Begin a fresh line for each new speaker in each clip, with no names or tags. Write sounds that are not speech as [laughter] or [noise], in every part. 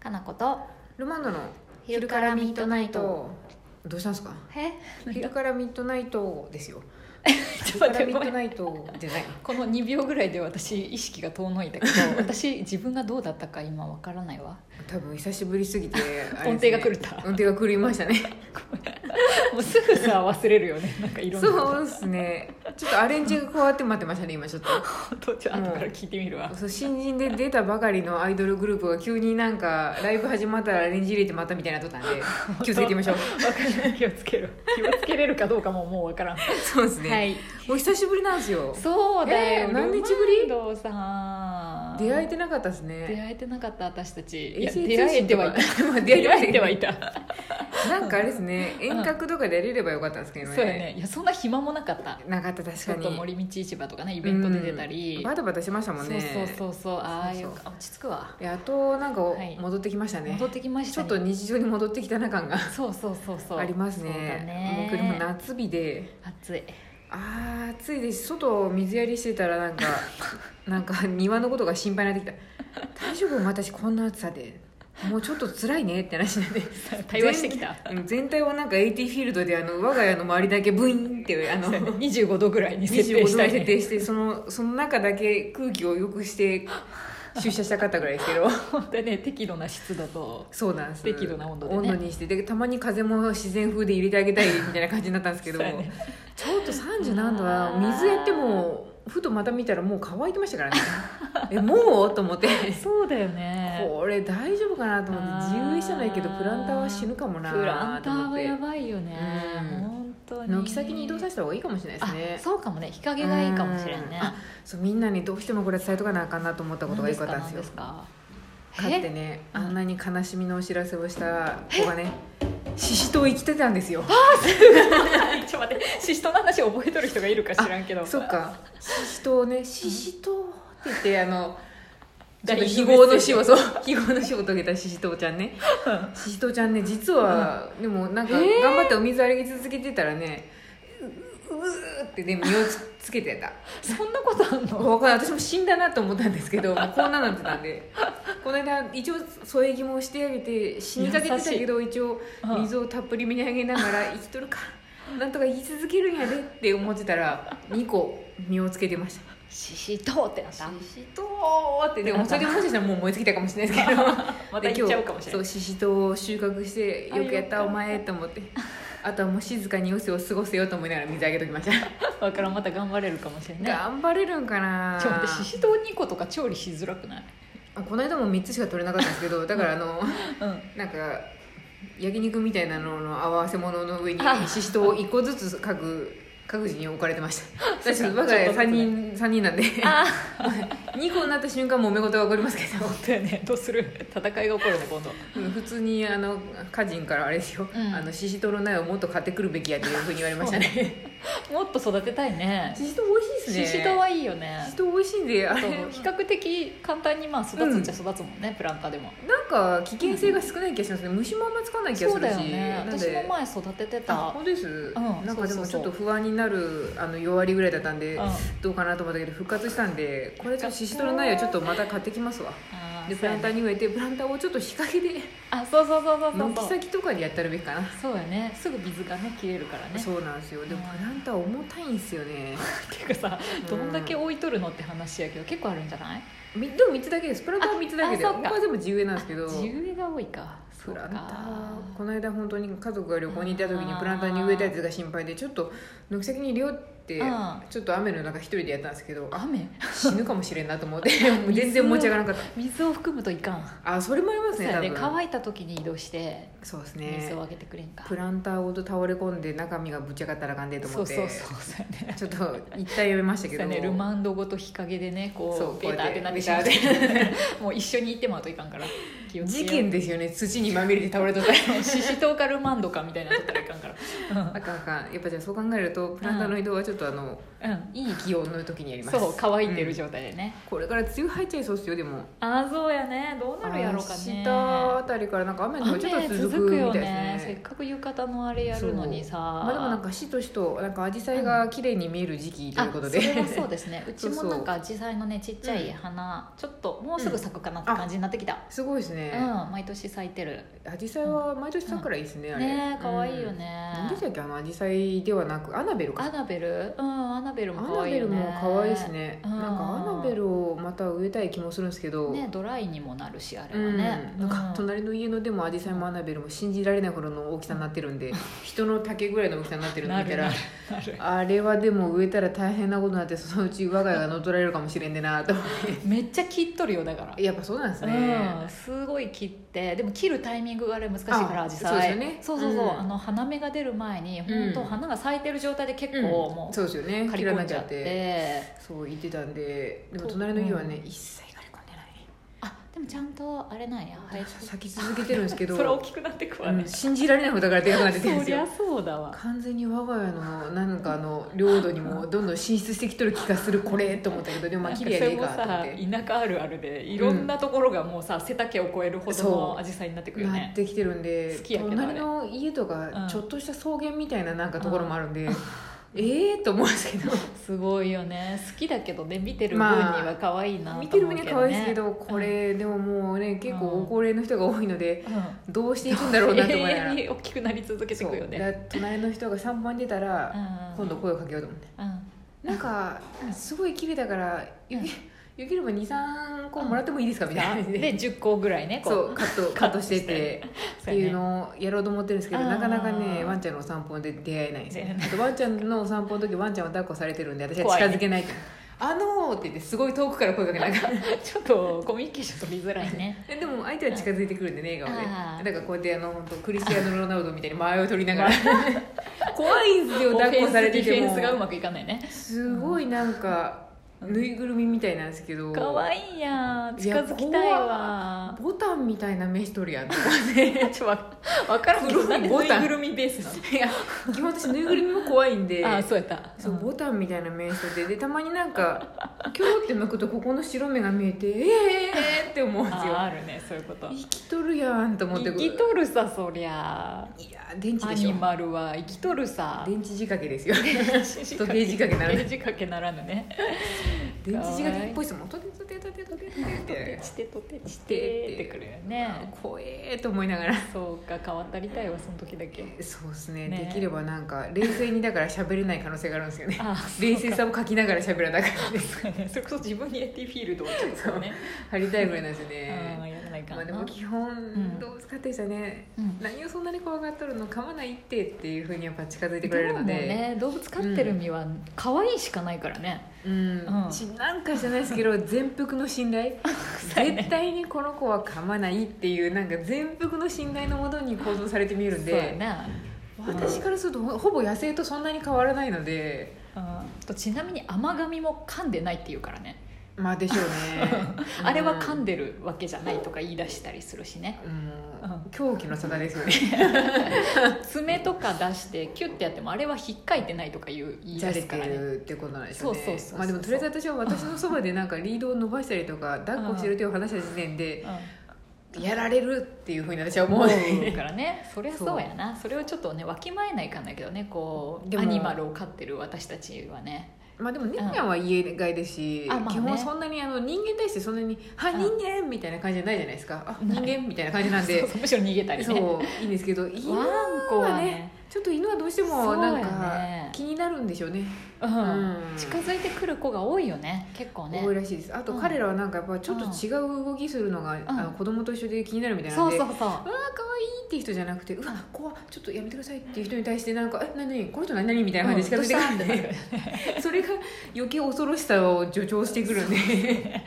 かなこと
ルマンドの
昼からミッドナイト
どうしたんですか
え [laughs] 何
昼
が
からミッドナイトですよ
[laughs] ちょ
昼
っと待って
からミッド
ごめん
ナイトじゃない
この2秒ぐらいで私意識が遠のいたけ
[laughs]
ど私自分がどうだったか今わからないわ
多分久しぶりす
[laughs]
ぎてあれ
音
です
程が狂
ね
った
音程が狂いましたね
もうすぐさ忘れるよね [laughs] なんかいろんなこと
そうですねちょっとアレンジが加わって待ってましたね今ちょっと
ちょっと後から聞いてみるわ、
そう新人で出たばかりのアイドルグループが急になんかライブ始まったらアレンジ入れてまたみたいなとったんで
[laughs]
気をつけてみましょう
わからない気をつけ
[laughs]
る気をつけれるかどうかももうわからん、
そうですね、
はい
お久しぶりなんですよ
そうだよ、
えー何日ぶり
ルマンドさん
出会えてなかったです
出
ね
会えてなかった私たちいや
AC
出会えてはい
通信とか [laughs] まあ
た
出会えてはいた
はい [laughs] た
[laughs] なんかあれですね遠隔とかでやれればよかったんですけど
そうやねいやそんな暇もなかった
なかった確
ちょ
か
っと
に
森道市場とかねイベントで出た
う
り
ん、バタバタしましたもん
そう
ね
そうそうそうああいう
そうそう
あ落ち着くわ、
やっとなんか
はい
戻ってきましたね、
戻ってきまし
ちょ
た
っと
ね
日常に戻ってきたな感が
そうそうそうそう
あります
そ
ね
うだね
もうこれも夏日で
暑い [laughs]
あー暑いです外を水やりしてた
[laughs]
らなんかなんか庭のことが心配になってきた大丈夫私こんな暑さでもうちょっと辛いねって話にな
[laughs]
って
対話してきた
全うん全体はなんか AT フィールドであの我が家の周りだけブイーンってあの
[laughs] 25度ぐらいに設定
25
し
度
た
に
い、
設
ね、
定してそのその中だけ空気を良くして出社したかったぐらいですけ
[laughs]
ど
本当ね適度な湿度と
そうなんです
適度な温度でね
にしてでたまに風も自然風で入れてあげたいみたいな感じになったんですけど、
そうやね
ちょっと30何度は水やってもふとまた見たらもう乾いてました
[laughs]
からねえもうと思って
そうだよね
これ大丈夫かなと思って自由車ないけど
あー
プランターは死ぬかもな
プランタ
と思
ー
っ
は
て
やばいよね
うん
本当に
軒先に移動させた方がいいかもしれないですね
あそうかもね日陰がいいかもしれん
う
ね
んあそうみんなにどうしてもこれ伝えとかなあかんなと思ったことが良かったんですよ
か
かってねあんなに悲しみのお知らせをした子がねししとう生きてたんですよ
え [laughs] ちょっと待ってシシトの話覚えとる人がいるか知らんけど
そっかししとうねししとうって言ってあのちょっと
第一
非
のメッセージ
業の死をそう非業の死を遂げたししとうちゃんねししとうちゃんね実は、でもなんか
えー
頑張ってお水あげ続けてたらねうううーってね身をつつけてた
[laughs] そんなことあんの
わかんない私も死んだなと思ったんです
[laughs]
けどもうこんななってたんでこの間一応添え着もしてあげて死にかけてたけど一応
うん
水をたっぷりめにあげながら
[laughs]
生きとるかなんとか生き続けるんやでって思ってたら2個身をつけてました
シシトってなっ
「
た
ししとう」ってでもそれでもしかしたらもう燃え尽きたかもしれないですけど
[laughs] また行っちゃうかもしれ
で今日そ
な
う
い
ししとうを収穫して「よくやったお前」と
[laughs]
思ってあとはもう静かに余生を過ごせようと思いながら水あげときました、
だからんまた頑張れるかもしれない
頑張れるんかな
ちょっと待ってシシト2個とか調理しづらくない
この間も3つしか取れなかったんですけどだからあの
うん
なんか焼肉みたいなのの合わせ物の上に
あ
ししとうを1個ずつ [laughs] 各各自に置かれてました私我が
ち
家
ょっとずつね
3人三人なんで [laughs]
あ
2個になった瞬間もめ事が起こりますけど
本当やねどうする戦いが起こるの今度
うん普通にあの家人からあれですよ、
うん
あのししとうの苗をもっと買ってくるべきやっていうふうに言われましたね
もっと育てたいね
[laughs] ししとう美味しい
シ
ですね
シトはいいよね
ししとう美味しいんであれ
そう比較的簡単にまあ育つっちゃ育つもんね、プランターでも
なんか危険性が少ない気がしますね虫もあんまつかない気が
そ
す
う
る
だよ
し
ね
なんで
私も前育てて
あ
た
本当です、なんかで
そうそうそう
もちょっと不安になるあの弱りぐらいだったんで、
うん
どうかなと思ったけど復活したんでこれちょっとシシトの苗をちょっとまた買ってきますわ
あー
でプランターに植えてプランターをちょっと日陰で
あそうそうそうそうそう
軒
そう
先とかでやったらべきかな、
そうやねすぐ水がね切れるからね
そうなんですよでもプランター重たいんですよね
っていうかさ
うん
どんだけ置いとるのって話やけど結構あるんじゃない
みでも3つだけですプランターは3つだけで
ああそうか
他は全部地植えなんですけど
自由が多いかそ
プ
う
ランタ
か
ーこの間本当に家族が旅行に行った時にプランターに植えたやつが心配でちょっと軒先に量って
うん
ちょっと雨の中一人でやったんですけど
[laughs]
あ
雨
死ぬかもしれんなと思ってもう全然持ち上がらなかっ
水を含むといかん
たあそれもありま
そ
す
う
ね
や
多
ね
分
乾いた時に移動して
そうです
水
ね
をあげてくれんか
プランターごと倒れ込んで中身がぶち上がったらあかんでと
そ
思
う
って
そうそうそうやね
ちょっと一旦やめました
そ
け
うや
ど、
ねルマンドごと日陰でね
そう
こう
こう
ベ
や
ター
っ
っててなってしまう
ベタ
[laughs] もう一緒に行ってもらうといかんから気をつけよ
事
う
件ですよね土にまみれて倒れとったら
シシトウかルマンドかみたいなのだったらいかんから
[laughs] あかんあかんやっぱじゃあそう考えるとプランターの移動はちょっとあの、
うん、うん
いい気温の時にやります
そう乾いてる状態でね、
これから梅雨入っちゃいそうっすよでも
ああそうやねどうなるやろうかね
明あたりからなんか雨の方が
雨
ちょっと続
続
く
く
みた
よ
いです
ね
ね
せっかく浴衣のあれやるのにさ
まあでもなんかしとしとなんか紫陽花が綺麗に見える時期と
あ
いうことで、
それはそうですねう
そ
ち
うそう
もなんか紫陽花のねちっちゃい花、ちょっともうすぐ咲くかなって感じになってきた、
[laughs] すごいです
うん
ね、
毎年咲いてる
紫陽花は毎年桜いいですね、あれ
ねえ可愛いよ
うん
ね、
何でしたっけあの紫陽花ではなくアナベルか
アナベルうんアナベル
ア
も可
ナ
愛い
ベ
よ
ル
ね
も可愛いですね、
うん
なんかアナベルをまた植えたい気もするんですけど、
ねドライにもなるしあれ
う
は
ん
ね、
なんか
うん
隣の家のでもアジサイもアナベルも信じられないほどの大きさになってる
[laughs]
んで人の竹ぐらいの大きさになってるの
な
見た
る
ら
なるなる
あれはでも植えたら大変なことになってそのうち我が家が乗っ取られるかもしれんでなと思っ
めっちゃ切っとるよだから
てやっぱそうなんですね、
うん、すごい切ってでも切るタイミングがあれ難しいから
あ
実
そうです
際
よね
そうそうそう、
うん
あの花芽が出る前に
うん
本当花が咲いてる状態で結構も
そうですよ
う
ね
刈り
切ら
込
なんき
じ
ゃ
ゃっ、
っててそう言ってたんででも隣の家はね、一切刈り込んでない
あでもちゃんとあれなんや生えて
咲き続けてるんですけ
[laughs]
ど、
それ大きくなってくわ
う
ね
ん、信じられないほどだから手がかなってきてるん
そ
です
りゃ
よ
そうだわ
完全に我が家のなんかあの領土にもどんどん進出してきとる気がするこれと思ったけどでもまあ
なん
綺
か
麗
そ
でい
れ
い
も
かと思っ
さ
て
田舎あるあるでいろんなところがもうさ背丈を超えるほど
そう
の紫陽花になってくるよ
なっ
ね
てきてるんで
好きやけど
隣の家と
う
か
ん
ちょっとした草原みたいななんかところもあるんで、ええと思うんですけど
すごいよね好きだけどね見てる分に
まあ
は可愛いな
見
と
てる
思う
分に
けど、ね
は可愛いですけどこれでももうね結構
うん
ご高齢の人が多いので
うん
どうしていくんだろうなと思いながら
[laughs] 永遠に大きくなり続けてい
そう
くよね
だから隣の人が散歩に出たら
うん
今度声をかけようと思って
うん
なんか
うん
すごい綺麗だからよけよければ23個もらってもいいですかみたいな [laughs] 感じ
で
で
10個ぐらいねこ
そうカットカットして
カットして
てっ
そ
て
うやね
いうのをやろうと思ってるんですけど
あー
なかなかねワンちゃんのお散歩で出会えないんですよねあとワンちゃんのお散歩の時ワンちゃんは抱っこされてるんで私は近づけないってあのー」って言ってすごい遠くから声かけながら [laughs]
[laughs] ちょっとコミュニケーション取りづらいね
でも相手は近づいてくるんでね笑
あ
顔
ー
でだからこうやってあの本当クリスティアーノ・ロナウドみたいに間合いを取り
[laughs]
ながら怖いんですよ抱っこされてて
ディフェン
も
スがうまくいかないね
すごいなんかぬいぐるみみたいなんですけど
可愛いやん近づきたいわ
ボタンみたいな飯取りやん
ちょっと [laughs] わ分からんけどなんでぬ
ボ
い
タン
ぐるみベースなの
いや基本私ぬいぐるみも怖いんで
ああそうやった
そううんボタンみたいな名称ででたまになんか「キョロって向くとここの白目が見えて「ええー!」って思うんです
ああ
よ
あるねそういうこと
生きとるやんと思って
生きとるさそりゃ
いやー電池
ア
でし
ニ
ょ
マルは生きとるさ
電池仕掛けですよ電
ち
とデージかけならぬ
デージかけならぬね
池仕掛けっぽいですもんとてとてとてとてとてっ
とて
て
ちてとてちてってくるよね
怖えーと思いながら
そうか変わったりたいわその時だけ
そうですね
ね
できればなんか冷静にだから喋れない可能性があるんですよね
あそう
冷静さを書きながら喋らなかったです
そう [laughs] ねそれこそ自分にエティフィールドをちょっとね
張りたいぐらいなんです
[laughs]
よ
あ
ね
ーやらないか
ま
な
あでも基
ん
本どう使ってしたね、
うん
何をそんなに怖がっとるの噛まないってっていうふうにやっぱ近づいてくれ
ど
る
うも
ので
ね動物飼ってる身は可愛いしかないからね
うん
うん
ちなんかじゃないですけど全幅の信頼
そうやね
絶対にこの子は噛まないっていうなんか全幅の信頼のもとに行動されてみるん
そうや
で、
ね
私からするとほほぼ野生とそんなに変わらないので
うんとちなみに甘噛みも噛んでないっていうからね
まあでしょうね
[laughs] あれは噛ん
で、
でるわけじゃないとか言い出したりするしね
うん
う
狂気の沙汰ですよね
爪とか出してキュッてやってもあれは引っかいてないとか言う言い
じゃ
出
れ
すか
て
らね
るってことなんでしょうね
そうそうそうそう
まあでもとりあえず私は私のそばでなんかリードを伸ばしたりとか抱っこしてる手を離した時点でやられるっていうふうに私は
うん
思う
思
ん
う
で
からねそりゃそうやなそれをちょっとねわきまえないかんだけどねこ
で
う
も
アニマルを飼ってる私たちはね
まあでも人間は家外ですし、
あまあね
基本そんなにあの人間に対してそんなに「は
うん
人間!」みたいな感じじゃないじゃないですか「あ
な
人
い
間!」みたいな感じなんで
[laughs] そうそうむしろ逃げたり
そ
ね
ういいんですけど犬
ワンコ
は
は
ね
ね、
ちょっと犬はどうしてもなん
そうや
か
ね
気になるんでしょうね
うん
うん
近づいてくる子が多いよね結構ね
多いらしいですあと彼らはなんかやっぱちょっと違う動きするのが、あの子供と一緒で気になるみたいな
そ
ん
う
で
そうそう
うわー可愛いっていう人じゃなくてうわ怖っちょっとやめてくださいっていう人に対してなんか「え何々この人何々」みたいな感じで
うん
近づいて
どう
くるんで、それが余計恐ろしさを助長してくるんで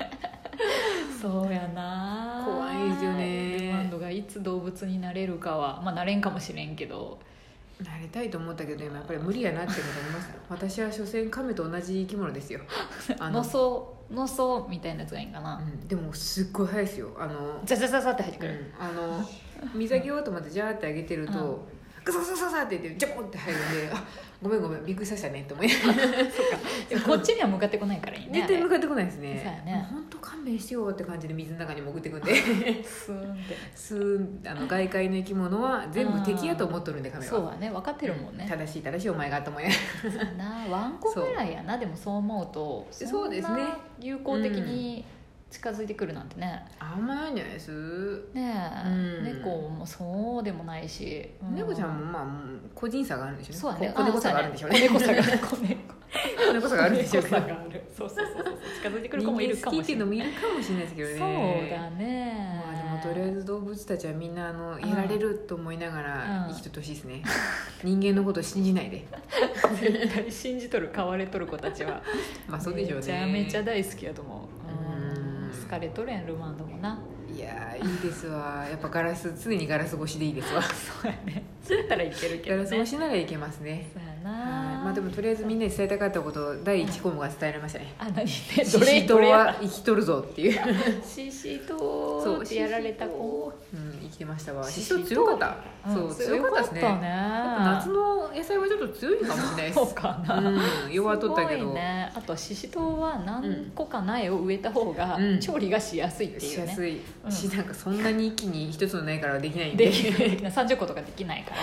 そうやな
怖いですよね
ルマンドがいつ動物になれるかはまあなれんかもしれんけど
なれたいと思ったけど今やっぱり無理やなってこと思いました私は所詮亀と同じ生き
[laughs]
物ですよあ
の
の、
そのそみたいなやつがいいんか
う
な、
ん、でもすっごい早いですよあの
ザザザザって入ってくる、
あの水あげようと思ってジャーってあげてると、ガサガサガサガサって言ってジャポンって入るんであごめんごめんびっくりさせたねって思いながら
でもこっちには向かってこないからいいね
絶対向かってこないですね
そうやね
もうほんと勘弁してよって感じで水の中に潜ってくん
[laughs]
で
スーンって
すーんあの外界の生き物は全部敵やと思っとるんでカメラ
そう
は
はね分かってるもんね
正しい正しいお前がと思いながら
なワンコぐらいやなでもそう思うと
そうん
な
ですね
友好的に近づいてくるなんてね、
あんまないんじゃないです
ねえ、
うん
猫もそうでもないし、う
猫ちゃんもまあもう個人差があるんでしょ
そうだね
こ子猫差があるんでしょう
あ
ね
そう
[laughs]
だね子 [laughs] 猫差が
子猫差があるんでしょう
子
ね
猫差があるそうそうそうそう近づいてくる子もいる
人間
かも
好きっ
し
てい
れ
う
な
の
い
もいるかもしれないですけどね
そうだね
まあでもとりあえず動物たちはみんなあのやられると思いながら
うん
生きとってほしいですね、人間のこと信じないで
絶対信じとる買われとる子たちは
まあそうでしょうね
めちゃめちゃ大好きやと思う
うん
好かれとるやんルマンドもない
やーいいですわやっぱガラス常にガラス越しでいい
[laughs]
ですわ
そうやねそうやったらいけるけ
ガ
どね
ラス
そうや
越しならいけますね
な
はいまあでもとりあえずみんなに伝えたかったことを第1項目が伝えられましたね
あ何ね
シ
[laughs] どれ
シト
どれ
は生きとるぞっていう、
シシトってやられた子
うん、生きてましたわ
シ
シ
シ
シ
ト
トウ強かった、
ん
そう強かったですね
強か
やっぱ夏の野菜はちょっと強いかもしれないです
そうかな、
うん、弱っとったけ
すご
ど、
いねあとシシトウは何個か苗を植えた方が
うん
調理がしやすいってい
し
う
や
ね、
すい、
うん
しなんかそんなに一気に一つの苗からはできないんで
できない30個とかできないから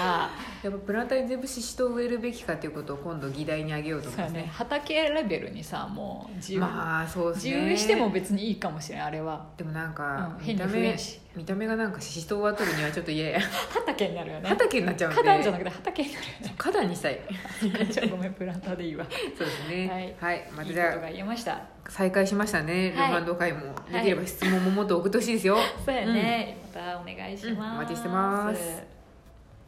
やっぱプランターに全部シシトウ植えるべきかということを今度議題にあげようと思い
そうや
ます
ね
ね
畑レベルにさもう自由,、
まあそうです
自
ね
由しても別にいいかもしれないあれは、
でもなん
うん
か、、
変
見
に
た
増え
目
んし
見た目がなんかシシトウは取るにはちょっと嫌や
畑になるよね
畑になっちゃうんで
花壇じゃなくて畑になるよね
花壇にしたい
[laughs] じゃあごめんプランターでいいわ
そうですねはい、また
いい
じ
こと
ゃあ
が言えました
再開しましたね、
はい
ルマンド会もできれば質問ももっと送ってほしいですよ
そうやね、またお願いします、
うんお待ちしてます